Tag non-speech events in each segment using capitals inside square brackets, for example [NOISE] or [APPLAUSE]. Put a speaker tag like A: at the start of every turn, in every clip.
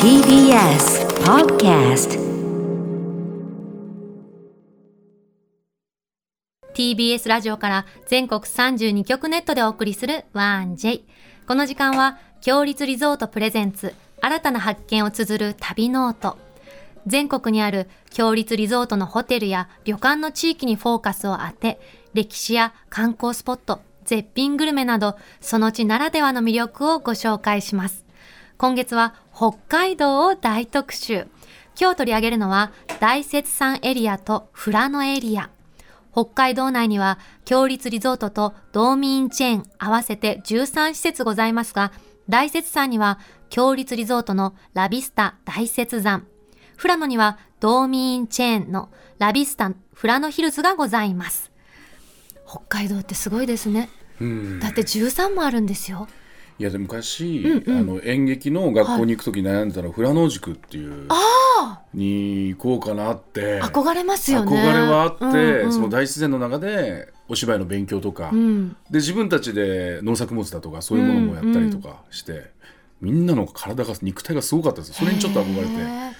A: TBS Podcast
B: TBS ラジオから全国32局ネットでお送りする「1J」この時間は「強立リゾートプレゼンツ新たな発見」を綴る旅ノート全国にある強立リゾートのホテルや旅館の地域にフォーカスを当て歴史や観光スポット絶品グルメなどその地ならではの魅力をご紹介します今月は北海道を大特集今日取り上げるのは大雪山エリアと富良野エリア北海道内には、強立リゾートと道民チェーン合わせて13施設ございますが、大雪山には、強立リゾートのラビスタ大雪山、富良野には道民チェーンのラビスタ富良野ヒルズがございます。北海道ってすごいですね。
C: うん
B: だって13もあるんですよ。
C: いやでも昔、あの演劇の学校に行く時悩んでたのは富良野塾っていうに行こうかなって
B: 憧れますよね。
C: 憧れはあって、
B: うんうん
C: その大自然の中でお芝居の勉強とか、
B: うん
C: で自分たちで農作物だとかそういうものもやったりとかして、みんなの体が肉体がすごかったですそれにちょっと憧れ
B: へ
C: て。
B: ー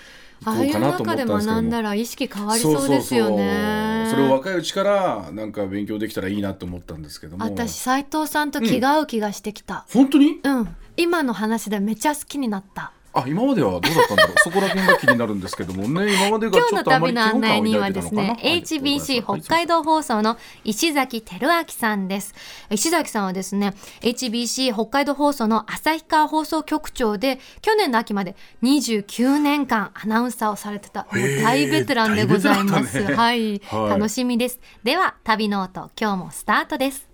C: 行
B: あ
C: こ
B: あ
C: う
B: いう
C: かなと思
B: 中
C: ったんですけ
B: で
C: ども
B: 学んだら意識変わりそうですよね。
C: それを若いうちからなんか勉強できたらいいなと思ったんですけども
B: 私斉藤さんと気が合う気がしてきた、
C: 本当に
B: うん今の話でめちゃ好きになった
C: あ今まではどうだったん
B: [LAUGHS]
C: だろうそこら辺が気になるんですけどもね今までが
B: 今
C: ち
B: 日
C: ょ
B: の
C: っとあまり
B: 旅の
C: 嫌悪感
B: 案内
C: を
B: 人
C: 抱
B: はい
C: て
B: で
C: たの
B: す
C: かな
B: ね、HBC
C: はい
B: 北海道放送の石崎輝明さんです石崎さんはですね HBC 北海道放送の旭川放送局長で去年の秋まで29年間アナウンサーをされてたもう大ベテランでございます、
C: へー大ベテランだね
B: は
C: [LAUGHS] は
B: い、
C: い
B: 楽しみですでは旅ノート今日もスタートです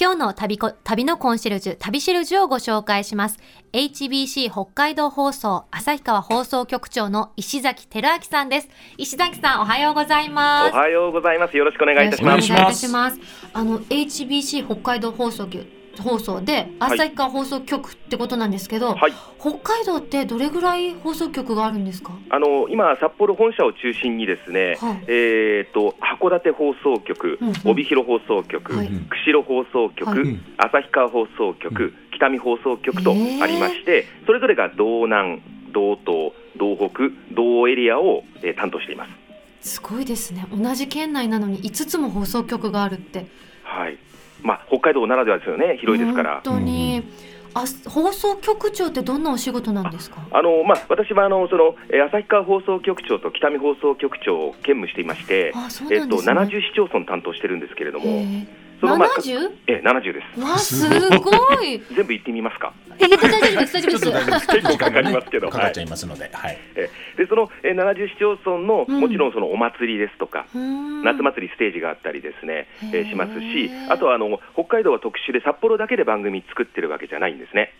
B: 今日の旅こ旅のコンシェルジュ、旅シェルジュをご紹介します。HBC 北海道放送、旭川放送局長の石崎輝明さんです。石崎さん、おはようございます。
D: おはようございます。よろしくお願いいたし
B: よ
D: ま
B: ろ
D: す。
B: くお願いいたします。あの、HBC 北海道放送局、放送で、
D: い
B: 旭川放送局ってことなんですけど、
D: はい。
B: 北海道ってどれぐらい放送局があるんですか
D: あの今札幌本社を中心にですね、
B: はい
D: えっ、と函館放送局、
B: うんうん
D: 帯広放送局、
B: はい
D: 釧路放送局、
B: はい
C: うん
D: 旭川放送局、北見放送局とありまして、それぞれが道南、道東、道北、道エリアを、えー担当しています。
B: すごいですね。同じ県内なのに5つも放送局があるって。
D: はい。まあ北海道ならではですよね。広いですから。
B: 本当に、あ放送局長ってどんなお仕事なんですか
D: あのまあ、私はあのその、えー旭川放送局長と北見放送局長を兼務していまして、
B: あそう
D: え
B: な
D: っ
B: ん
D: と、
B: ですね、
D: 70市町村担当してるんですけれど
B: へ
D: も、
B: え
D: そのまあ
B: 70?
D: ええ70で
B: わあすごい
D: す。全部言ってみますか。
B: え大丈夫です大丈夫です
D: 結構かかりますけど、
E: か
D: は
E: かっ
D: い
E: ちゃいますので、はい。
D: ええでその、えー70市町村の、
B: うん
D: もちろんそのお祭りですとか、
B: うーん
D: 夏祭りステージがあったりですね、え
B: へ
D: ー
B: え
D: しますし、あとはあの北海道は特殊で札幌だけで番組作ってるわけじゃないんですね。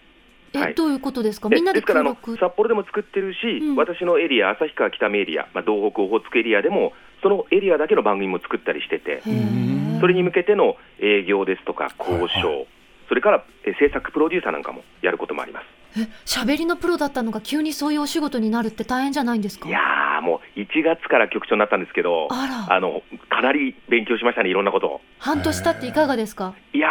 D: は
B: え
D: い
B: どういうことですか
D: で
B: みんなで
D: ですから
B: 協
D: あの
B: 力
D: 札幌でも作ってるし、
B: うん
D: 私のエリア旭川北見エリア、まあ東北オホーツクエリアでもそのエリアだけの番組も作ったりして
B: へ
D: て、
B: え
D: それに向けての営業ですとか交渉、それからえー制作プロデューサーなんかもやることもあります。
B: え喋りのプロだったのが急にそういうお仕事になるって大変じゃないんですか
D: いやー、もう1月から局長になったんですけど、
B: あら
D: あのかなり勉強しましたね、いろんなことを。
B: 半年経っていかがですか
D: いや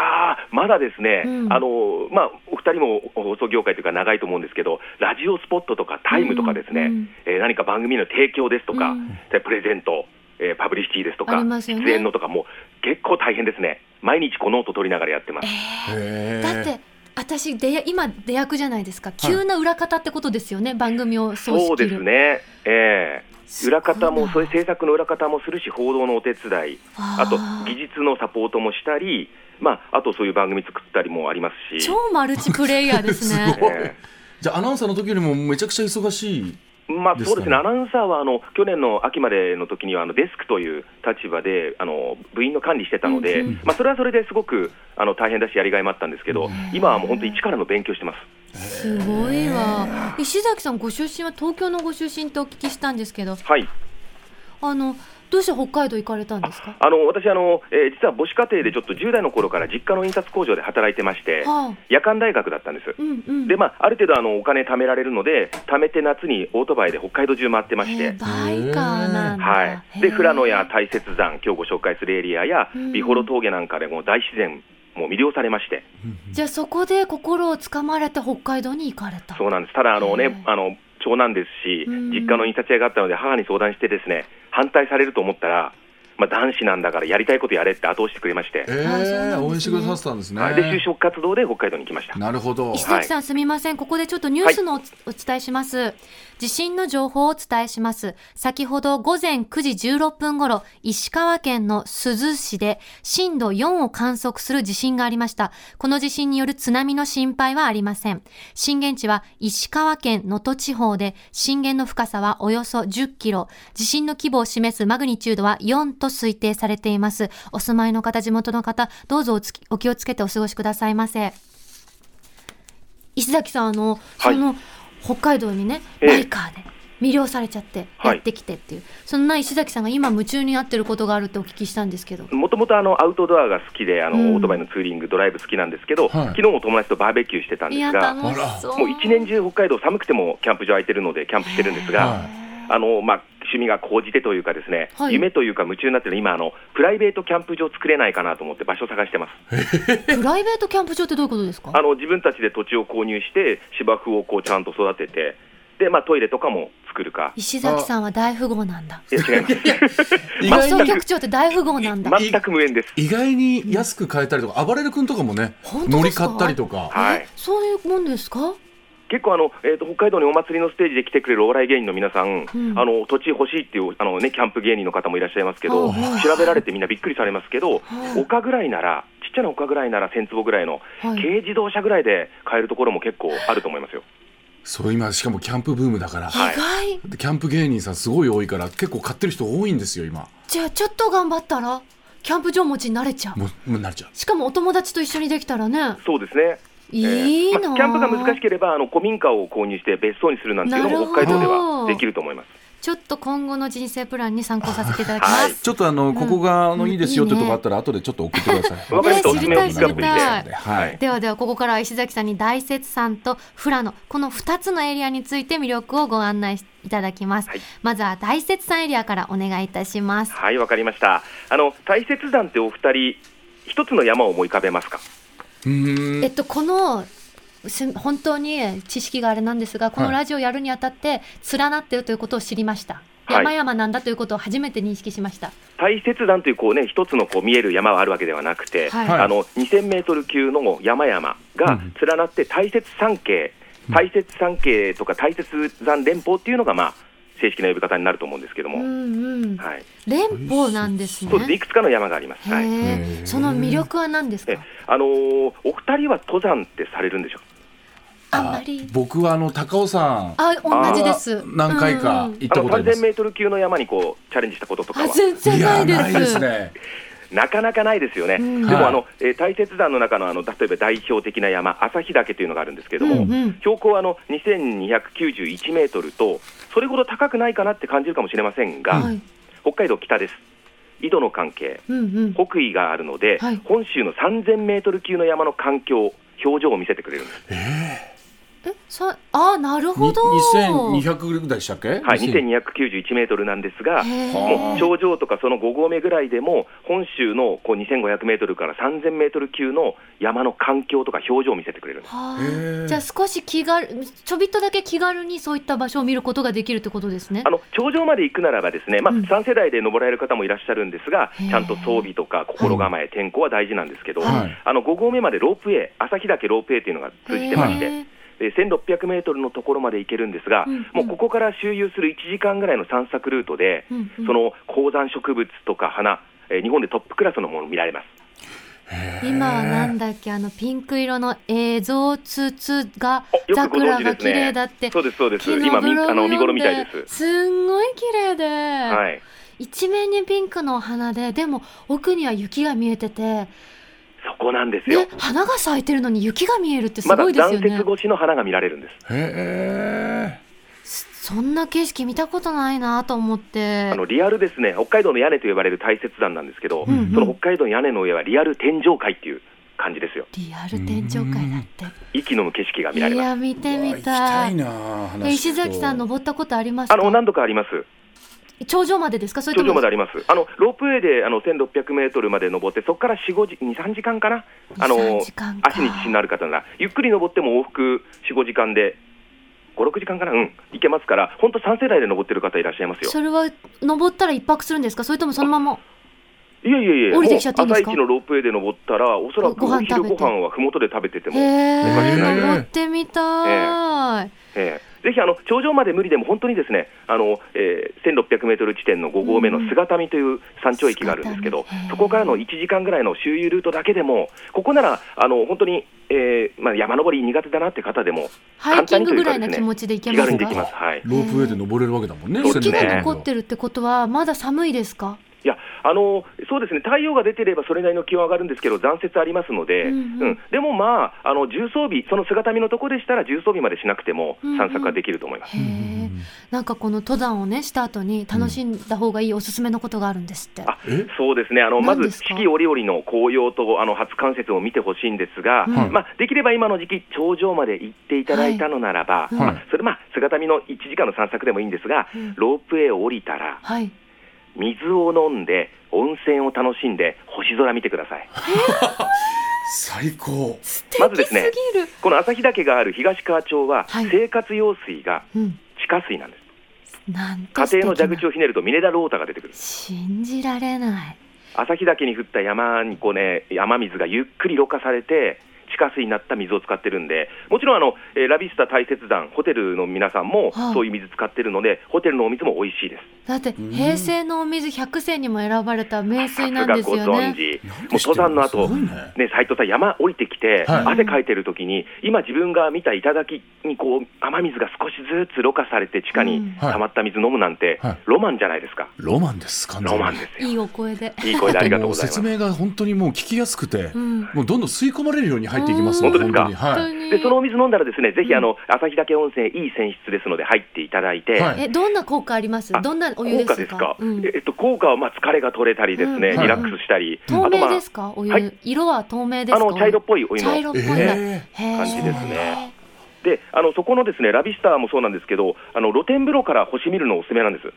D: ー、まだですね、
B: うん
D: あのまあ、お二人も放送業界というか、長いと思うんですけど、ラジオスポットとかタイムとかですね、
B: うんうん
D: えー何か番組の提供ですとか、
B: うん
D: でプレゼント、えーパブリシティですと
B: あ
D: か、
B: りますよね
D: 出演のとか、もう結構大変ですね、毎日こうノート取りながらやってます。
C: へー
B: だって私で今出役じゃないですか急な裏方ってことですよね番組をそう
D: そうですね、えー裏方も、そういう
B: す
D: 制作の裏方もするし、報道のお手伝い、あと技術のサポートもしたり、まあ、あとそういう番組作ったりもありますし、
B: 超マルチプレイヤーですね
C: す
D: え
C: じゃあアナウンサーの時よりもめちゃくちゃ忙しい
D: えまあ、
C: ですかね
D: そうですね、アナウンサーはあの去年の秋までの時にはあのデスクという立場であの部員の管理してたので、
B: うんう
D: まあ、それはそれですごくあの大変だし、やりがいもあったんですけど、今はもう本当、一からの勉強 [LAUGHS] してます。
B: すごいわ。石崎さんご出身は東京のご出身とお聞きしたんですけど、
D: はい
B: あのどうして北海道行かれたんですか。
D: あの私あの、えー実は母子家庭でちょっと10代の頃から実家の印刷工場で働いてまして、
B: はあ、
D: 夜間大学だったんです。
B: うんうん。
D: でまあ、ある程度あのお金貯められるので、貯めて夏にオートバイで北海道中回ってまし
B: へえ
D: て、
B: バイカーなんだ。
D: はい、で
B: へえ
D: 富良野や大雪山、今日ご紹介するエリアや
B: うん、
D: 美幌峠なんかでも大自然もう魅了されまして
B: じゃあそこで心をつかまれて北海道に行かれた。
D: そうなんですただあの、
B: へえ
D: ね、あの長男ですし
B: うん
D: 実家の印刷屋があったので母に相談してですね反対されると思ったら、まあ、男子なんだからやりたいことやれって後押してくれまして、
B: そうなんです
E: え
B: ね
E: え応援してくださってたんですね
D: はいで就職活動で北海道に来ました。
E: なるほど
B: 石崎さん、すみません、ここでちょっとニュースのお,、伝えします。地震の情報をお伝えします。先ほど午前9時16分ごろ、石川県の珠洲市で震度4を観測する地震がありました。この地震による津波の心配はありません。震源地は石川県能登地方で、震源の深さはおよそ10キロ、地震の規模を示すマグニチュードは4と推定されています。お住まいの方、地元の方、どうぞおつきお気をつけてお過ごしくださいませ。石崎さんあの、
D: はい
B: その北海道にね
D: ええ
B: バイカーで魅了されちゃって
D: は
B: や
D: い
B: ってきてっていう、そんな石崎さんが今夢中になってることがあるってお聞きしたんですけど
D: もともとあのアウトドアが好きであの、
B: うん
D: オートバイのツーリングドライブ好きなんですけど、
E: はい
D: 昨日も友達とバーベキューしてたん
B: い
D: です
B: や
D: が
B: 楽しそう
D: もう一年中北海道寒くてもキャンプ場空いてるのでキャンプしてるんですが、
E: は
D: あのまあ、趣味が高じてというかですね、
B: はい
D: 夢というか夢中になってる今あのプライベートキャンプ場作れないかなと思って場所探してます
B: プライベートキャンプ場ってどういうことですか
D: あの自分たちで土地を購入して芝生をこうちゃんと育ててで、まあ、トイレとかも作るか
B: 石崎さんは大富豪なんだ
D: いや違
B: [LAUGHS]
D: います
E: 意
B: 放
E: 外
B: 送
E: に
B: 局長って大富豪なんだ、
E: い
D: 全く無縁です
E: 意外に安く買えたりとか暴れる君とかもね
B: 本当
E: 乗
B: で
E: り
B: すか
E: 買ったりとか
D: はい
B: えそういうもんですか
D: 結構あの、えー、と北海道にお祭りのステージで来てくれるお笑い芸人の皆さん、
B: ん
D: あの土地欲しいっていうあの、ね、キャンプ芸人の方もいらっしゃいますけど、
B: はいはい
D: 調べられてみんなびっくりされますけど、
B: はい
D: 丘ぐらいなら、ちっちゃな丘ぐらいなら1000坪ぐらいの、
B: はい、
D: 軽自動車ぐらいで買えるところも結構あると思いますよ。
E: そう今しかもキャンプブームだから
D: はい
B: 意外
E: でキャンプ芸人さんすごい多いから結構買ってる人多いんですよ今
B: じゃあちょっと頑張ったらキャンプ場持ちになれちゃう
E: もうもうなるちゃう
B: しかもお友達と一緒にできたらね
D: そうですね、
B: いい
D: えー
B: な、
D: まあキャンプが難しければあの古民家を購入して別荘にするなんていうの
B: なる
D: も
B: ほど
D: 北海道ではできると思います。
B: ちょっと今後の人生プランに参考させていただきます、
D: はい
E: ちょっとあの、ここがあの
B: うん
E: いいですよってと
B: いいね
E: こあったら後でちょっと送ってください。
D: わかりました
B: ね知りたい
E: おすすめをピックアップして
B: 知りたい
E: はい。
B: ではではここからは石崎さんに大雪山と富良野この2つのエリアについて魅力をご案内いただきます、
D: はい
B: まずは大雪山エリアからお願いいたします
D: はい、わかりました。あの大雪山ってお二人一つの山を思い浮かべますか。
E: うーん
B: えっとこのす本当に知識があれなんですがこの
E: はい
B: ラジオやるにあたって連なっているということを知りました、
D: はい
B: 山々なんだということを初めて認識しました、
D: 大雪山というこうね一つのこう見える山はあるわけではなくて、
B: はい
E: はい
D: あの2000メートル級の山々が連なって大雪山系、
E: うん
D: 大雪山系とか大雪山連峰っていうのがまあ正式な呼び方になると思うんですけど
B: う
D: も、
B: んうん、
D: はい、
B: 連峰なんですね
D: そうですねいくつかの山があります。はい。
B: へ
E: へ
B: え
E: え
B: その魅力は何ですか
D: えあのーお二人は登山ってされるんでしょ
B: あんまり
E: 僕はあの高尾さん
B: あ同じです
E: 何回
B: う
E: か
B: んうん
E: 行っ
D: あ
E: た
D: の
E: ことあります
D: 3000。メートル級の山にこうチャレンジしたこととか
B: あ
D: は
B: 全然
E: い
B: な
E: や
B: いです
E: ないですね。
D: なかなかないですよね、
B: うん
D: で
E: はい
D: もあの、えー大雪山の中のあの例えば代表的な山、旭岳というのがあるんですけれども、
B: うんうん
D: 標高はあの2291メートルと、それほど高くないかなって感じるかもしれませんが、
B: はい
D: 北海道北です、緯度の関係、
B: うんうん、
D: 北緯があるので、
B: はい
D: 本州の3000メートル級の山の環境、表情を見せてくれるんです、
B: えさあーなるほど
E: 二千2200ぐらいでしたっけ？
D: はい、
E: 2000
D: 2291メートルなんですが、
B: へー
D: もう頂上とかその5合目ぐらいでも、本州のこう2500メートルから3000メートル級の山の環境とか表情を見せてくれるんです。
B: は
E: へ
B: あ
E: ー
B: じゃあ少し気軽ちょびっとだけ気軽にそういった場所を見ることができるってことですね
D: あの頂上まで行くならば、ですね、まあ、
B: うん
D: 3世代で登られる方もいらっしゃるんですが、
B: へー
D: ちゃんと装備とか心構え、天候は大事なんですけど、
E: はい
D: あの5合目までロープウェイ、旭岳ロープウェイというのが通じてまして、
B: へー
D: で1600メートルのところまで行けるんですが、
B: うんうん
D: もうここから周遊する1時間ぐらいの散策ルートで、
B: うんうん
D: その高山植物とか花、えー日本でトップクラスのもの見られます。
B: 今はなんだっけあのピンク色の映像ツツが
D: およくご存
B: 桜
D: 知
B: が
D: です
B: 綺
D: ね。
B: 麗だって
D: そうです、そうです。
B: 昨日
D: 今、
B: ブ
D: み
B: ログ
D: あの見
B: 読
D: 頃
B: ん
D: みたいです。
B: すんごい綺麗で、
D: はい、
B: 一面にピンクのお花ででも奥には雪が見えてて、
D: そこなんですよ。
B: ね、花が咲いてるのに雪が見えるってす
D: まだ
B: ごいです
D: 残
B: よ
D: 雪
B: ね、
D: 越しの花が見られるんです。
E: へ
B: そんな景色見たことないなと思って
D: あのリアルですね、北海道の屋根と呼ばれる大雪山なんですけど、
E: うんうん
D: その北海道の屋根の上はリアル天上界っていう感じですよ、
B: リアル天井界だって
D: 息のむ景色が見られ
B: い
D: ます。
B: や見て
E: え。
B: み
E: うわ行きた
B: た
E: い
B: い
E: なあ。話聞くと
B: え石崎さん登ったことありますか
D: あの何度かあります、
B: 頂上までですかそれと
D: 頂上
B: も
D: まであります。あのロープウェイであの1600メートルまで登って、そこから4、5時、2、3時間かな。あ
B: 2 3
D: の
B: 時間か
D: 足に自信のある方なら、ゆっくり登っても往復4、5時間で、5、6時間かな、うん、行けますから、本当、3世代で登ってる方いらっしゃいますよ。
B: それは登ったら一泊するんですかそれともそのまま
D: いやいやいや、
B: 降りてきちゃっていいんですか
D: もう朝一のロープウェイで登ったら、おそらく
B: ご
D: お
B: 飯食
D: 昼
B: べ
D: ご
B: て
D: 飯はふもとで食べてて
B: へ
D: も、え
B: え
E: ええ
B: 登ってみたい
D: えぜひあの頂上まで無理でも、本当にですねあの、えー1600メートル地点の5合目の姿見という山頂駅があるんですけ
B: うん
D: ど
B: 姿見へえ、
D: そこからの1時間ぐらいの周遊ルートだけでも、ここならあの本当に、えーまあ、山登り苦手だなって方でも、
B: ハイキングぐらいな
D: 簡単にというかですね
B: 気持ちで行け
D: 気
B: ま
D: 軽
B: す
D: にできま
B: か
D: す。はい
E: ロープウェイで登れるわけだもんね。
D: そうです
B: 雪
D: ね
E: 1600
B: が残ってるってことはまだ寒いですか
D: いやあのそうですね、太陽が出てればそれなりの気温上がるんですけど、残雪ありますので、
B: う
D: うんん
B: うん
D: でもまああの、重装備、その姿見のとこでしたら、重装備までしなくても
B: うんうん
D: 散策はできると思います。
B: へえなんかこの登山をねした後に楽しんだ方がいいおすすめのことがあるんですって、
D: あ
E: え
D: そうですねあのま
B: 何で
D: ず
B: すか
D: 四季折々の紅葉とあの初冠雪を見てほしいんですが、
B: うん
E: はい
D: まあ、できれば今の時期、頂上まで行っていただいたのなら
B: は
D: ば、
B: い
D: まあ
E: はい
D: それ、まあ、姿見の1時間の散策でもいいんですが、
B: うん
D: ロープウェイを降りたら、
B: はい
D: 水を飲んで、温泉を楽しんで、星空見てください。
E: 最高。
B: 素
D: ま
B: 敵
D: ず
B: す
D: で
B: ぎ
D: すね
B: る、
D: この旭岳がある東川町は、
B: はい
D: 生活用水が
B: うん、
D: 地下水なんです。
B: なんて
D: 家
B: 素敵
D: 庭
B: な
D: の蛇口をひねるとミネラルウォーターが出てくる。
B: 信じられない
D: 旭岳に降った山にこうね、山水がゆっくりろ過されて、地下水になった水を使ってるんで、もちろんあの、えーラビスタ大雪山、ホテルの皆さんも
B: はい
D: そういう水使ってるので、ホテルのお水も美味しいです。
B: だって
E: うん
B: 平成のお水百選にも選ばれた名水なん
D: が
B: です
D: ご
B: よ
D: 存
B: ね。
D: 知。もう登山の後
E: すごいね。
D: ね、斉藤さん、山降りてきて、
E: はい
D: 汗かいてる時に、今、自分が見た頂にこう雨水が少しずつろ過されて、地下
B: うん
D: に
E: はい
D: 溜まった水飲むなんて、
E: はい
D: ロマンじゃないですか、
E: ロマンです完全
D: ロ
E: に
D: マンですよ、
B: いいお声で。
D: いい声でありがとうございます
E: も。説明が本当にもう聞きやすくて、
B: うん。
E: もうどんどん吸い込まれるように入っていきますの
D: うん本当
E: に
D: です
E: は
B: 本
E: い。
B: 当に
D: でそのお水飲んだら、ですねぜひあ
B: う
D: の旭岳温泉、いい泉質ですので、入っていただいて、
E: はい
B: えどんな効果あります？
D: あ
B: どんなお湯で
D: 効
B: すか？
D: 果ですか、
B: うん
D: えっと、効果はまあ疲れが取れたり、ですね、
B: うん
E: はい
D: リラックスしたり、
B: 透
D: あと、ま
B: 明
D: あ
B: ですか？お湯、
D: はい
B: 色は透明ですか？
D: あの茶色っぽいお
B: お湯
D: 湯の
B: 茶色っぽいんだ。
E: え
B: へー
D: 感じですね。であのそこのですねラビスターもそうなんですけど、あの露天風呂から星見るのおすすめなんです。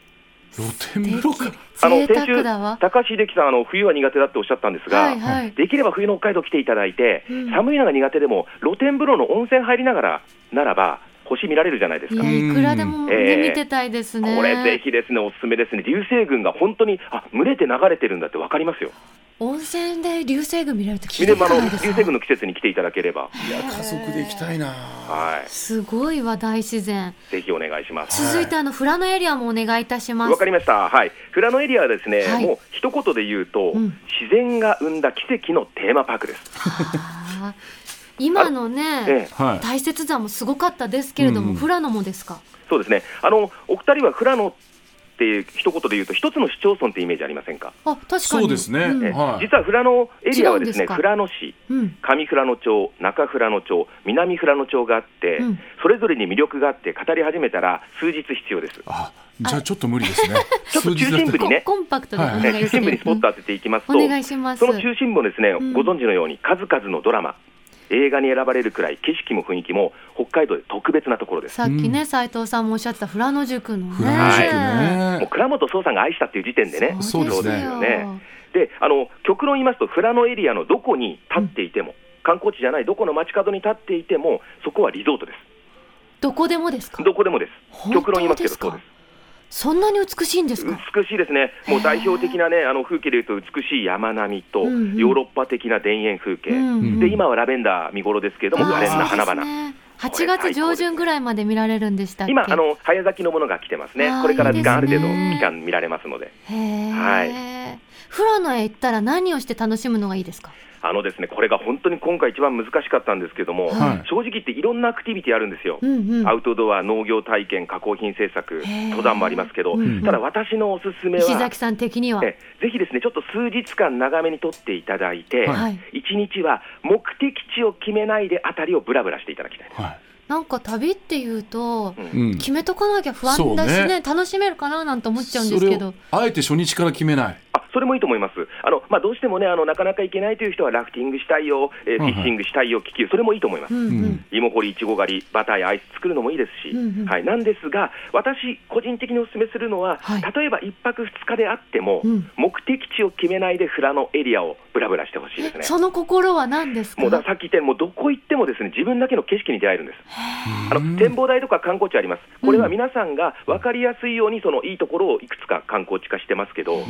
E: ー、露天風呂か。
D: あの
B: 贅沢だわ。
D: 高橋秀樹さん、あの冬は苦手だっておっしゃったんですが、
B: はいはい。
D: できれば冬の北海道来ていただいて、
B: うん
D: 寒いのが苦手でも、露天風呂の温泉入りながらならば、星見られるじゃないです
B: い
D: か。
B: やいくらでもね
D: えー
B: 見てたいですね。
D: これぜひですね、おすすめですね、流星群が本当に、あ群れて流れてるんだって分かりますよ、
B: 温泉で流星群見れると聞
D: ミ
B: いて
D: ネマ
B: た
D: の
B: ない
D: 流
B: です
D: 星群の季節に来ていただければ、
C: いや家族で行きたいな。
D: は
B: すごいわ大自然。
D: い、ぜひお願いします。
B: 続いてあの富良野エリアもお願いいたします
D: わか。りました、はい、富良野エリアはですね、
B: はい
D: もう一言で言うと、
B: うん
D: 自然が生んだ奇跡のテーマパークです。
B: あー今のね、
D: ええ
E: はい。
B: 大雪山もすごかったですけれども、
E: うんうん
B: 富良野もですか。
D: そうですねあのお二人は富良野って一言で言うと、一つの市町村ってイメージありませんか、
B: あ、確かに。
E: そうですね
B: うん
E: え
D: え
E: えはい
D: 実は富良野エリアはです
B: 違うんです
D: ね
B: か
D: 富良野市、
B: うん
D: 上富良野町、中富良野町、南富良野町があって、
B: うん
D: それぞれに魅力があって、語り始めたら数日必要です。
E: あ、じゃあちょっと無理ですね。
D: ちょっと中心部に
B: コ
D: ね
B: コンパクトでお
E: は
D: ね
B: 願い
D: 中
B: して、
D: 心部にスポット当てていきますと、
B: うんお願いします。
D: その中心部もですね、
B: ん
D: ご存知のように数々のドラマ、映画に選ばれるくらい景色も雰囲気も北海道で特別なところです。
B: さっきね、
E: う
B: 斉藤さんもおっしゃってた富良野塾のね。
E: 富良野
D: 塾
E: ね
D: もう倉本壮さんが愛したっていう時点でね、
E: そうですね
D: そうですよねであの極論言いますと、富良野エリアのどこに立っていても、観光地じゃないどこの街角に立っていても、そこはリゾートで
B: どこでもですか
D: す、。どこでもです、
B: 本
D: 極論言
B: 当
D: います
B: で
D: け
B: す
D: ど、
B: か
D: そうです。
B: そんなに美しいんですか。
D: 美しいですね、もう代表的な、ね、あの風景でいうと、美しい山並みと、ヨ
B: うんうん
D: ーロッパ的な田園風景、
B: うん
D: で今はラベンダー見頃ですけれども、
B: あー
D: 可憐な花
B: そうで
D: 々、
B: すね8月上旬ぐらいまで見られるんでしたっけ。
D: 今あの、早咲きのものが来てますね
B: あー、
D: これから時間ある程度、
B: いいですね
D: 期間見られますので、
B: へー
D: は
B: 富良野へ行ったら何をして楽しむのがいいですか。
D: あのですねこれが本当に今回、一番難しかったんですけれども、
E: はい
D: 正直言って、いろんなアクティビティあるんですよ。
B: うんうん。
D: アウトドア、農業体験、加工品製
B: へ
D: 作、
B: ー
D: 登山もありますけど
B: うんうん、
D: ただ私のおすすめ
B: 石
D: は
B: 崎、さん的には。
D: えぜひですね、ちょっと数日間長めに撮っていただいて、
E: はい
D: 一日は目的地を決めないで、あたりをぶらぶらしていただきたいです。
E: は
B: なんか旅っていうと、
D: うん
E: い。うん。
B: 決めとかなきゃ不安だし
E: そ
B: ね
E: うね
B: 楽しめるかななんて思っちゃうんですけど
E: それをあえて初日から決めない。
D: あそれもいいと思います、あのまあ、どうしてもねあの、なかなか行けないという人は、ラフティングしたいよ、えーフィッシングしたいよ、気球、それもいいと思います。
B: うんうん
D: 芋掘り、いちご狩り、バターやアイス作るのもいいですし、
B: うんうん
D: はい、なんですが、私、個人的にお勧めするのは、
B: はい
D: 例えば1泊2日であっても、
B: うん
D: 目的地を決めないで、富良野エリアをぶらぶらしてほしいですね。
B: その心は何ですか
D: もうださっき言ったようにもうどこ行ってもですね自分だけの景色に出会えるんです。あの展望台とか観光地あります。これは皆さんが分かりやすいようにそのいいところをいくつか観光地化してますけど、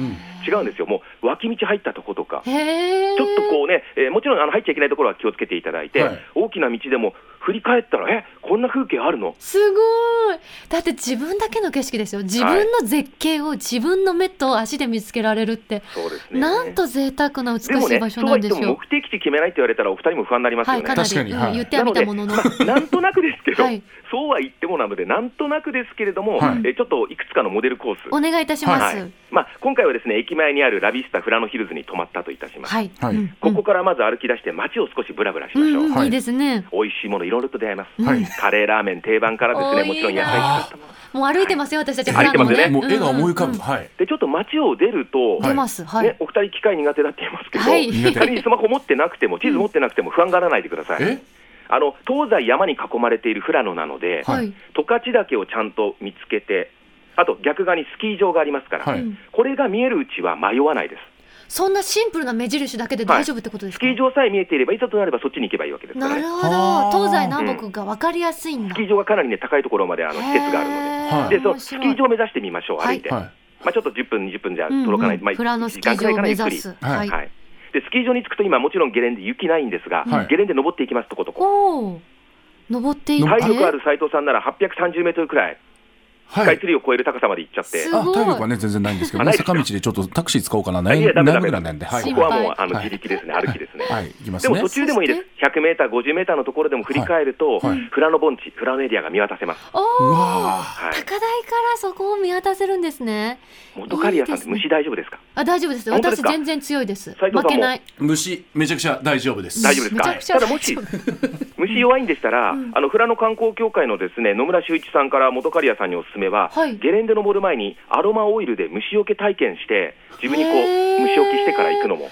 D: 違うんですよ。もう脇道入ったとことか、
B: へー
D: ちょっとこうね、えーもちろんあの入っちゃいけないところは気をつけていただいて、
C: はい
D: 大きな道でも振り返ったら、えこんな風景あるの
B: すごいだって自分だけの景色ですよ自分の絶景を自分の目と足で見つけられるって、
D: そうですね。
B: なんと贅沢な美
D: でも
B: しい
D: ね、
B: 場所
D: そう
B: な
D: は
B: ん
D: 言
B: で
D: って
B: しょう、
D: も目的地決めないって言われたら、お二人も不安になりますよ
B: は
D: ね。
B: いかな
E: 確
B: り、
E: かに
B: うん
E: はい
B: 言ってはみたもの
D: [LAUGHS]
B: の
D: なので、
B: [LAUGHS]
D: まあなんとなくですけど、
B: はい
D: そうは言ってもなので、なんとなくですけれども、
C: はい
D: えーちょっといくつかのモデルコース、
B: お願いいたします
D: はいまあ、今回はですね駅前にあるラビスタ富良野ヒルズに泊まったといたします、
B: はい、
C: はい
B: うん
D: ここからまず歩き出して、街を少しぶらぶらし
B: う
D: まし
B: ん
D: ょう。
B: うん
C: はい
B: いいですね
D: 美味しいものいろいろと出会います、
C: はい
D: カレーラーメン定番からですね
B: おー
D: もちろん
B: いい
D: 野菜
B: な
D: 使
B: あ
D: ったもの
B: もう歩いてますよ私たち
D: 歩いてますよね
E: もう絵が思い浮か
B: う
E: ぶ。
B: んうん
E: はい。
D: でちょっと街を出ると、
B: 出ますはい、
D: ね、お二人機械苦手だって言いますけど、
B: はい
D: 仮にスマホ持ってなくても地図持ってなくても不安がらないでください、
E: え
D: あの東西山に囲まれている富良野なので、
B: は
E: はいい、
D: 十勝岳をちゃんと見つけてあと逆側にスキー場がありますから、
E: は
B: う
E: い。
B: ん
D: これが見えるうちは迷わないです
B: そんなシンプルな目印だけで大丈夫ってことです
D: ス
B: か、
D: キー場さえ見えていればいざとなればそっちに行けばいいわけですから
B: な
D: ね
B: る
E: は
B: ほ
E: あ
B: ど東西南北が分かりやすいんだ、
D: スキー場がかなりね高いところまであの施設があるので。
E: はい
D: でその
B: 面
D: スキ
B: 白い
D: ー場を目指してみましょう、
B: はい
D: 歩いて、
E: は
D: まあ、ちょっと10分、20分じゃ
B: うんうん
D: 届かない、まあ、
B: 富良野ス
D: 1時
B: キー
D: 間くらい
B: 場を目
D: かなゆっく
B: 指
D: り、
B: す。
E: はい
D: はい、でスキー場に着くと、今、もちろんゲレンデ、雪ないんですが、
E: はい
D: ゲレンデ登っていきますとことこ、
B: おお、登っていって。
E: はい
D: 体力ある斉藤さんなら830メートルくらい、
E: い。
D: ス
E: は
D: カ
E: い
D: イ。ツリーを超える高さまで行っちゃって
B: す、
E: あ、体力はね、全然ないんですけどね、
D: はい
E: 坂道でちょっとタクシー使おうかな、
D: あい
E: 悩む
D: やダ
E: 悩
D: メダ
E: む
D: メ
E: ぐらいなんで、はい。
D: こ
B: 心
D: こ
B: 配
D: はもうあの
E: はい
D: 自力ですね、歩きですね。
E: はい、行きま
D: ですも
E: ね
D: 途。中でもいいです、100メーター、50メーターのところでも振り返ると、
E: はいはい
D: 富良野盆地、富良野エリアが見渡せます。
B: お
E: う
B: お、
E: わ
D: はい
B: 高台からそこを見渡せるんですね。
D: 元カリアさんって虫大丈夫ですか
B: あ、大丈夫です。
D: 本当で
B: 私
D: すか
B: 全然強いです。
D: 斉
B: 負
D: 藤さんも
B: けない。
E: ー虫、めちゃくちゃ大丈夫です。
D: 大丈夫ですか
B: めちゃくちゃ
D: ただもし虫弱いんでしたら、あの富良野観光協会のですね野村修一さんから元カリアさんにおすすめは、
B: はい
D: ゲレンデ登る前にアロマオイルで虫除け体験して自分にこう
B: へー
D: 虫除けしてから行くのも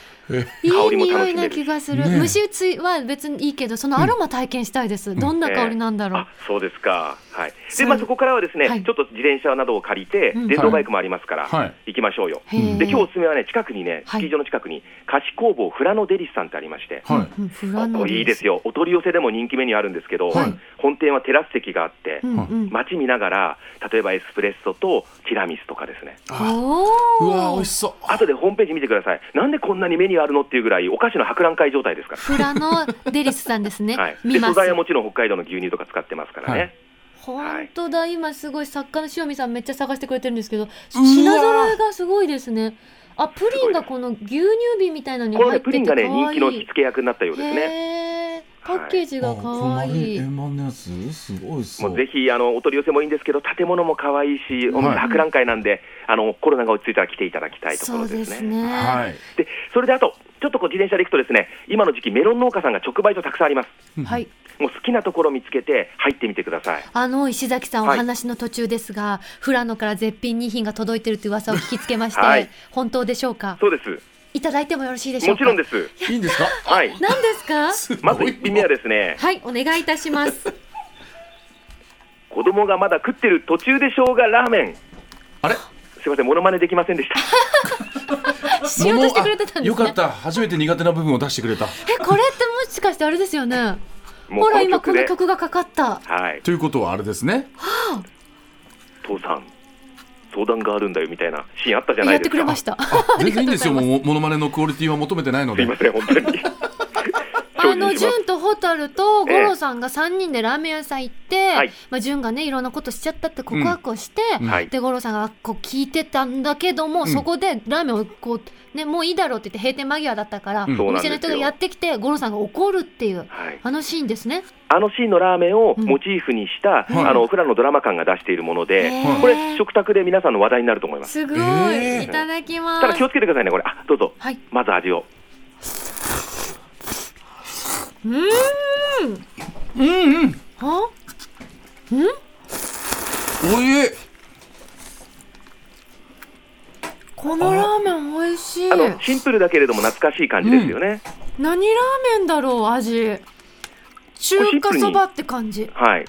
B: いい
D: 香りも
B: 匂
D: 楽
B: い
D: しめる
B: な気がする。
E: ねえ
B: 虫打ちは別にいいけど、そのアロマ体験したいです。どんな香りなんだろう
D: あ。そうですか、はい、
B: そ
D: で
B: う
D: まあそこからはですね、
B: はい
D: ちょっと自転車などを借りて、
B: うん
D: 電動バイクもありますから、
E: はい
D: 行きましょうよ、
B: へー
D: で今日おすすめはね近くにね
B: はい
D: スキー場の近くに菓子工房富良野デリスさんってありまして、
E: はい。
B: うんフラノ
D: おいいですよお取り寄せでも人気メニューあるんですけど、
E: はい
D: 本店はテラス席があって、
B: うんうん。
D: 街見ながら、例えばエスプレッソとティラミスとかですね、
E: あ
B: お
E: う
B: お。
E: わー、美味しそう。
D: あとでホームページ見てください、なんでこんなにメニューあるのっていうぐらい、お菓子の博覧会状態ですか
B: フラノデリスさんですね。
D: ら、はい、
B: 見
D: で
B: ま
D: 素
B: す
D: 材。はもちろん北海道の牛乳とか使ってますからね、
E: はい
B: 本当だ、今すごい作家の塩見さんめっちゃ探してくれてるんですけど品揃えがすごいですねあプリンがこの牛乳瓶みたいなのに
D: この、
B: 入
D: ね、
B: って
D: プリ
B: て
D: ン
B: か
D: がね、
B: わ
D: 人
B: い
D: 気の火付け役になったようですね。
B: へーパッケージがかわいい、
E: あこの円盤のやつ、すごいっす
D: もうぜひあのお取り寄せもいいんですけど、建物も可愛いし、お店
E: はい
D: 博覧会なんで、あのコロナが落ち着いたら来ていただきたいとこ
B: そ
D: ろ
B: う
D: で
B: ですす
D: ね。
B: ね、
E: はい。
D: でそれであと、ちょっとこう自転車で行くと、ですね今の時期、メロン農家さんが直売所たくさんあります、
B: はい
D: もう好きなところ見つけて、入ってみてください。
B: あの石崎さん、お
D: はい
B: 話の途中ですが、富良野から絶品2品が届いてるという噂を聞きつけまして、
D: はい
B: 本当でしょうか、
D: そうです、
B: いただいてもよろしいでしょ
D: も
B: う
D: ち
B: か、
D: ろんです。
E: いいんですか
D: はい、
B: 何ですか、
D: [LAUGHS] まず1品目はですね、
B: はい、お願いいたします。
D: [LAUGHS] 子供がまだ食ってる途中でしょうがラーメン。
B: [LAUGHS]
E: あれ
D: すみません、モノマネできませんでした。
B: しようとしてくれてたんですね。
E: よかった。初めて苦手な部分を出してくれた。
B: えこれってもしかしてあれですよね [LAUGHS]
D: も
B: ほ
D: う
B: ら
D: この
B: 今こ
D: 曲で
B: の曲がかかった
D: はい、
E: ということはあれですね。
D: 父さん、相談があるんだよみたいなシーンあったじゃな
B: や
D: い
B: っ
D: で
B: てく
D: すか。
B: れました
E: 全然いいんですよ。
B: [LAUGHS] あ
E: もうモノマネのクオリティは求めてないの
D: す
E: で
D: い。ません、本
B: [LAUGHS]
D: 当に。
B: あの
D: 精進します
B: 潤と蛍と
D: え
B: 五
D: え
B: 郎さんが3人でラーメン屋さん行って、
D: はい
B: まあ、潤がねいろんなことしちゃったって告白をして、
E: ん
D: はい
B: で五郎さんがこう聞いてたんだけども、そこでラーメンをこう、ね、もういいだろうって言って閉店間際だったから、
D: ん
B: お店の人がやってきて五郎さんが怒るっていう、
D: はい
B: あのシーンですね。
D: あのシーンのラーメンをモチーフにした、
E: うん
D: あのフラのドラマ感が出しているもので、
B: へー
D: これ食卓で皆さんの話題になると思います。
B: すごい、
E: ええ
B: いただきます
D: ただ気をつけてくださいね、これ。あ、どうぞ。
B: はい
D: まず味を。
B: は
E: おいしい。
B: ここのラーメン美味しい
D: あのシンプルだけれども懐かしい感じですよね、
B: 何ラーメンだろう味中華そばって感じ
D: はい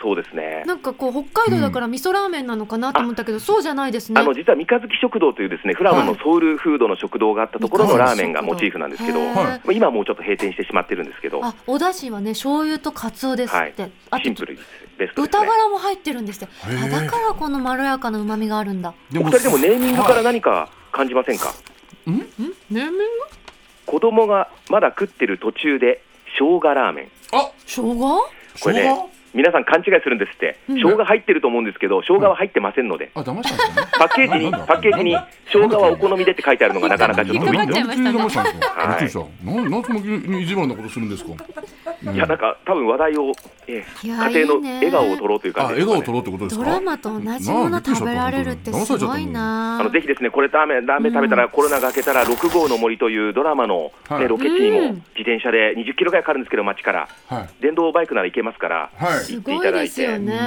D: そうですね
B: なんかこう北海道だから味噌ラーメンなのかなと思ったけど、そうじゃないですね
D: あの実は三日月食堂というですねフラノのソウルフードの食堂があったところのラーメンがモチーフなんですけど、
B: へー
F: はい
D: まあ今はもうちょっと閉店してしまってるんですけど、は
B: あお出汁はね醤油と鰹ですって、あ
D: い、シンプ
B: と
D: ルベストです
B: 豚
D: ね
B: ガ。ラも入ってるんですよ
E: へー
B: あだからこのまろやかな旨味があるんだ
E: で
D: お二人でもネーミングから何か感じませんか、
B: ネーミング
D: 子供がまだ食ってる途中で生姜ラーメン
E: あ
B: 生姜
D: こ
E: 生
D: れね
E: 姜
D: 皆さん勘違いするんですって、
B: うん
D: 生姜入ってると思うんですけど生姜は入ってません
E: [LAUGHS]
D: ので、
E: あ騙したんですかね
D: パッケージに
E: なんだ
D: パッケージに
E: なんだ
D: 生姜はお好みでって書いてあるのがなかなかちょっと
B: 引っかかっちゃい
E: な
B: ま
E: んで
B: したね
E: 騙したんですか
D: は
E: び
D: い
E: っくりしたなんなんその意地悪なことするんですか
D: いやなんか多分話題を、ええ
B: いや
D: 家庭の
B: いいね
D: 笑顔を取ろうという
E: あ
D: 感じで
E: 笑
D: すかね
E: 顔取ろうってことです
B: ド
E: か
B: ラマと同じもの食べられるってすごいな
D: あのぜひですねこれラーメンラーメン食べたらコロナが明けたら6号の森というドラマの、
E: はい
D: ねロケ地にも
B: うん
D: 自転車で20キロぐらいかかるんですけど街から
E: はい
D: 電動バイクなら行けますから、
E: はい
B: すごいですよね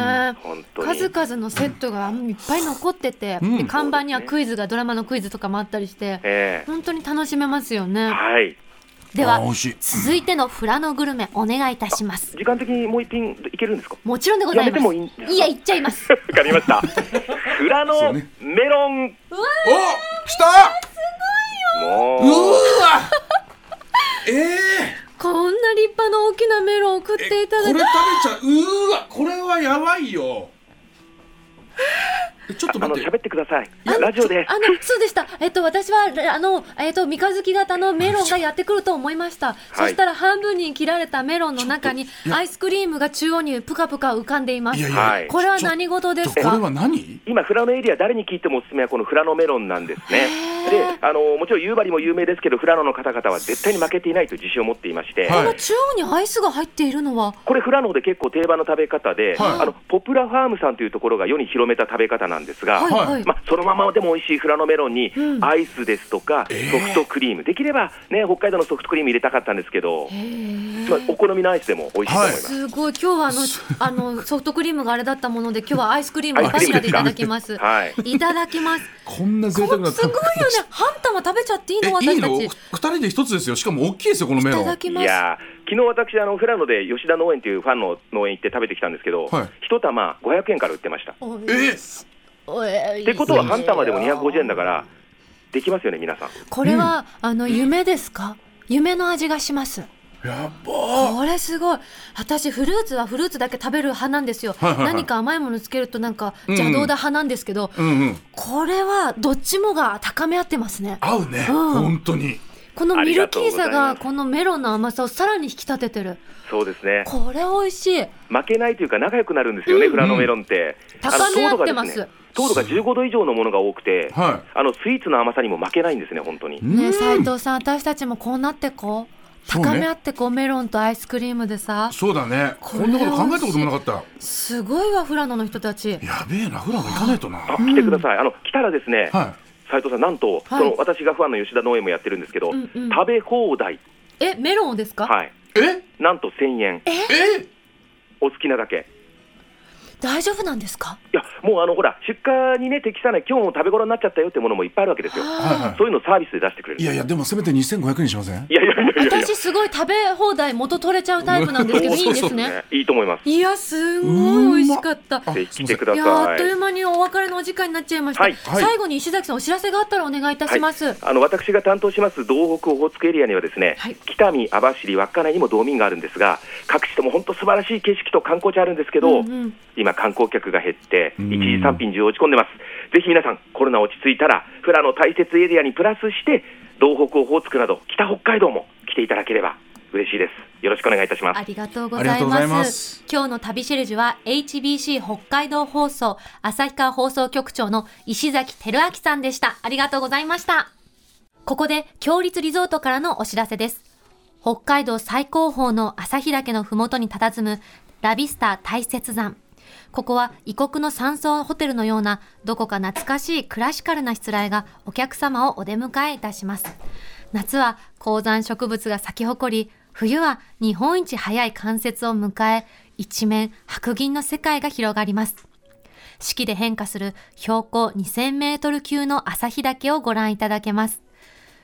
D: 本当に
B: 数々のセットがいっぱい残ってて、
E: うん
B: で看板にはクイズがドラマのクイズとかもあったりして
D: ええ
B: 本当に楽しめますよね
D: はい
B: で
E: あー美
B: は
E: 味しい
G: 続いてのフラノグルメお願いいたします
D: 時間的にもう一品いけるんですか
G: もちろんでござ
D: や
G: い
D: めて
G: ま
D: も
G: す
D: いいんですか
G: いや言っちゃいます
D: わかりました。 [LAUGHS] フラのメロン。
E: お来たうー
D: もう。
E: わ [LAUGHS] ええ
B: こんな立派な大きなメロンを食っていただい
E: これ食べ
B: て
E: ちゃううーわこれはやばいよえちょっと
D: あの
E: 待って
D: 喋ってください。ラジオで
B: あのそうでした、えっと、私はらあの、えっと、三日月型のメロンがやってくると思いました、そしたら半分に切られたメロンの中にアイスクリームが中央にぷかぷか浮かんでいます
E: いやいや、
D: はい
B: これは何事です
E: ちょこれ
B: か
E: は何
D: 今フラのエリア誰に聞いてもおすすめはこのフラのメロンなんですね。で、あのもちろん夕張も有名ですけどフラノの方々は絶対に負けていないという自信を持っていまし
E: は
D: て。
E: い
B: この中央にアイスが入っているのは
D: これ、フラノで結構定番の食べ方
E: は
D: で、
E: い
D: あのポプラファームさんというところが世に広めた食べ方なんですが、
B: はいはい、
D: まあ、そのままでも美味しいフラノメロンに
B: うん
D: アイスですとか
E: えー
D: ソフトクリーム、できれば、ね、北海道のソフトクリーム入れたかったんですけど、
B: へー
D: まあ、お好みのアイスでも美味しいと思います。
B: すごい今日はあのあ [LAUGHS] のソフトクリームがあれだったもので今日 [LAUGHS] はアイスクリームをバシラでいただきます
D: はい
B: いただき
E: [LAUGHS]
B: ます
E: こんな贅
B: すご
E: 沢
B: いよ
E: な
B: ね半玉食べちゃっていいの
E: えい
B: 私
E: い
B: た
E: の
B: ち
E: 二
B: い
E: 人で一つですよしかも大きいですよこのメロ
B: た
E: ン
B: だき
D: い
B: ます
D: やー昨日私あのフラノで吉田農園というファンの農園行って食べてきたんですけど、
E: はい
D: 一玉500円から売ってました。っ
B: おい
E: え
B: おい
D: てことは半玉でも250円だからできますよね皆さん。
B: これは、あの夢ですか夢の味がします
E: やば
B: これすごい私フルーツはフルーツだけ食べる派なんですよ、
E: はいはいはい
B: 何か甘いものつけるとなんか
E: うん
B: 邪道だ派なんですけど、
E: うんうん
B: これはどっちもが高め合ってますね
E: 合うね、
B: うん
E: 本当に
B: このミルキーさ
D: ありがとうござい
B: が
D: ます
B: このメロンの甘さをさらに引き立ててる
D: そうですね。
B: これ美味しい
D: 負けないというか仲良くなるんですよね、フラノメロンって。あの
B: 高め合って
D: 糖度が
B: ま
D: ですね糖度が15度以上のものが多くて、
E: は
D: あのスイーツの甘さにも負けないんですね本当に。
E: い
B: ね
E: う
B: え
E: ん
B: 斉藤さん私たちもこうなってこう
E: そうね
B: 高め合ってこうメロンとアイスクリームでさ
E: そうだね
B: こ
E: こ
B: れ
E: んなこと考えたこともなかった
B: すごいわフラノの人たち
E: やべえなフラノ行かないとな
D: あ
E: は
D: 来てください。あの来たらです
E: い
D: ね。斉藤さんなんと、
B: はい
D: その私がファンの吉田農園もやってるんですけど、
B: うんうん
D: 食べ放題、
B: えメロンをですか、
D: はい、
E: え
D: なんと1000円
E: え
D: お好きなだけ
B: 大丈夫なんですか
D: いや、もうあのほら、出荷にね、適さない、今日も食べ頃になっちゃったよってものもいっぱいあるわけですよ。
E: はいは
D: そういうのサービスで出してくれる。
E: いいやいやでもせめて2500円にしません
D: いやいやいやいやいや、
B: 私すごい食べ放題元取れちゃうタイプなんです
D: [LAUGHS]
B: けどいいんですね
D: ねいいと思います。
B: いやすごい美味しかった
E: あ
D: ぜひ来てくだ
B: いやあ
D: さ
B: っという
D: い。
B: 間にお別れのお時間になっちゃいました、
D: はい
E: はい
B: 最後に石崎さんお知らせがあったらお願いいたします、
D: あの私が担当します道北オホーツクエリアにはですね、
B: はい
D: 北見、網走、稚内にも道民があるんですが、各地とも本当素晴らしい景色と観光地あるんですけど、
B: うんうん
D: 今、観光客が減って、
E: うん
D: 一時産品中落ち込んでます。ぜひ皆さん、コロナ落ち着いたら、富良野大雪エリアにプラスして、道北オホーツクなど、北北海道も来ていただければ嬉しいです。よろしくお願いいたします。
G: ありがとうご
E: あり
G: ざ
E: が
G: い
E: とうござい
G: ま
E: ますす。
G: 今日の旅シェルジュは HBC 北海道放送旭川放送局長の石崎照明さんでした。ありがとうございました。ここで、強立リゾートからのお知らせです。北海道最高峰の旭岳のふもとに佇むラビスタ大雪山。ここは異国の山荘ホテルのようなどこか懐かしいクラシカルなしつらえがお客様をお出迎えいたします。夏は高山植物が咲き誇り、冬は日本一早い冠雪を迎え、一面白銀の世界が広がります。
B: 四季で変化する標高2000メートル級の旭岳をご覧いただけます。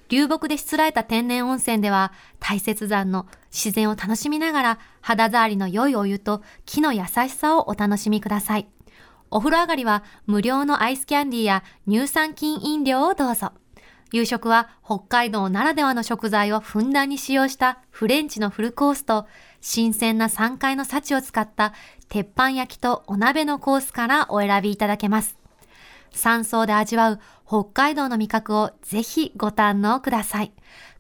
B: 流木でしつらえた天然温泉では、大雪山の自然を楽しみながら、肌触りの良いお湯と木の優しさをお楽しみください。お風呂上がりは無料のアイスキャンディーや乳酸菌飲料をどうぞ。夕食は北海道ならではの食材をふんだんに使用したフレンチのフルコースと新鮮な山海の幸を使った鉄板焼きとお鍋のコースからお選びいただけます。山荘で味わう北海道の味覚をぜひご堪能ください。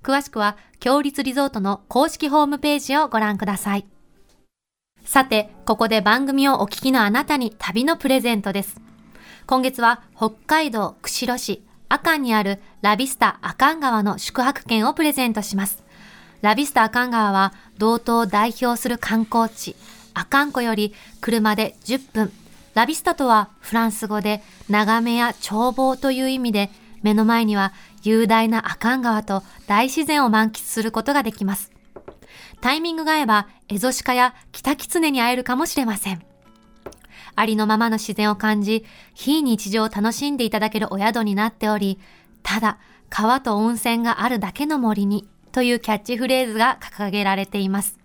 B: 詳しくは、強立リゾートの公式ホームページをご覧ください。さて、ここで番組をお聞きのあなたに旅のプレゼントです。今月は北海道釧路市阿寒にあるラビスタ阿寒川の宿泊券をプレゼントします。ラビスタ阿寒川は道東を代表する観光地、阿寒湖より車で10分。ラビスタとはフランス語で眺めや眺望という意味で、目の前には雄大な阿寒川と大自然を満喫することができます。タイミングが合えば、エゾシカやキタキツネに会えるかもしれません。ありのままの自然を感じ、非日常を楽しんでいただけるお宿になっており、ただ、川と温泉があるだけの森に、というキャッチフレーズが掲げられています。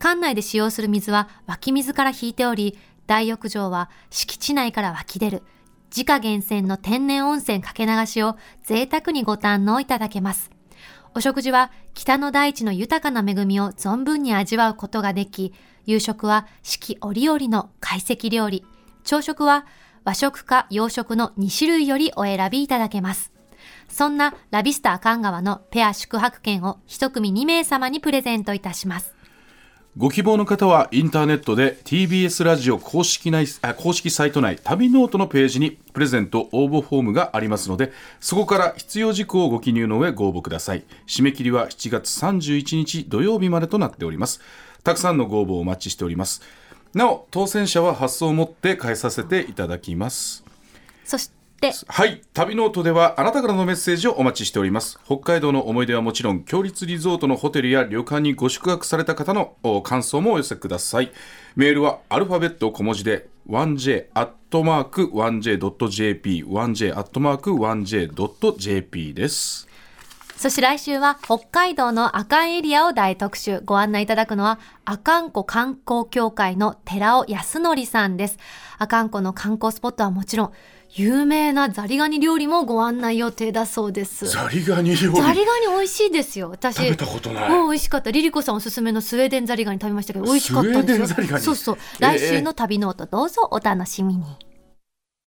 B: 館内で使用する水は湧き水から引いており、大浴場は敷地内から湧き出る、自家源泉の天然温泉かけ流しを贅沢にご堪能いただけます。お食事は北の大地の豊かな恵みを存分に味わうことができ、夕食は四季折々の懐石料理、朝食は和食か洋食の2種類よりお選びいただけます。そんなラビスタ阿寒川のペア宿泊券を一組2名様にプレゼントいたします。
E: ご希望の方はインターネットで TBS ラジオ公式内あ公式サイト内旅ノートのページにプレゼント応募フォームがありますのでそこから必要事項をご記入の上ご応募ください締め切りは7月31日土曜日までとなっておりますたくさんのご応募をお待ちしておりますなお当選者は発送をもって返させていただきます
B: そして、
E: はい旅ノートではあなたからのメッセージをお待ちしております北海道の思い出はもちろん強立リゾートのホテルや旅館にご宿泊された方のお感想もお寄せくださいメールはアルファベット小文字で 1j.1j.jp 1j.1j.jp です
B: そして来週は北海道の阿寒エリアを大特集。ご案内いただくのは阿寒湖観光協会の寺尾康則さんです。阿寒湖の観光スポットはもちろん、有名なザリガニ料理もご案内予定だそうです。ザ
C: ザリガニ料
B: リガニ
C: 理
B: 美味しいですよ。私。
C: 食べたことない
B: もう美味しかった。リリコさんおすすめのスウェーデンザリガニ食べましたけど、美味しかったんですよ。
C: スウェーデンザリガニ
B: そうそう。来週の旅ノートどうぞお楽しみに。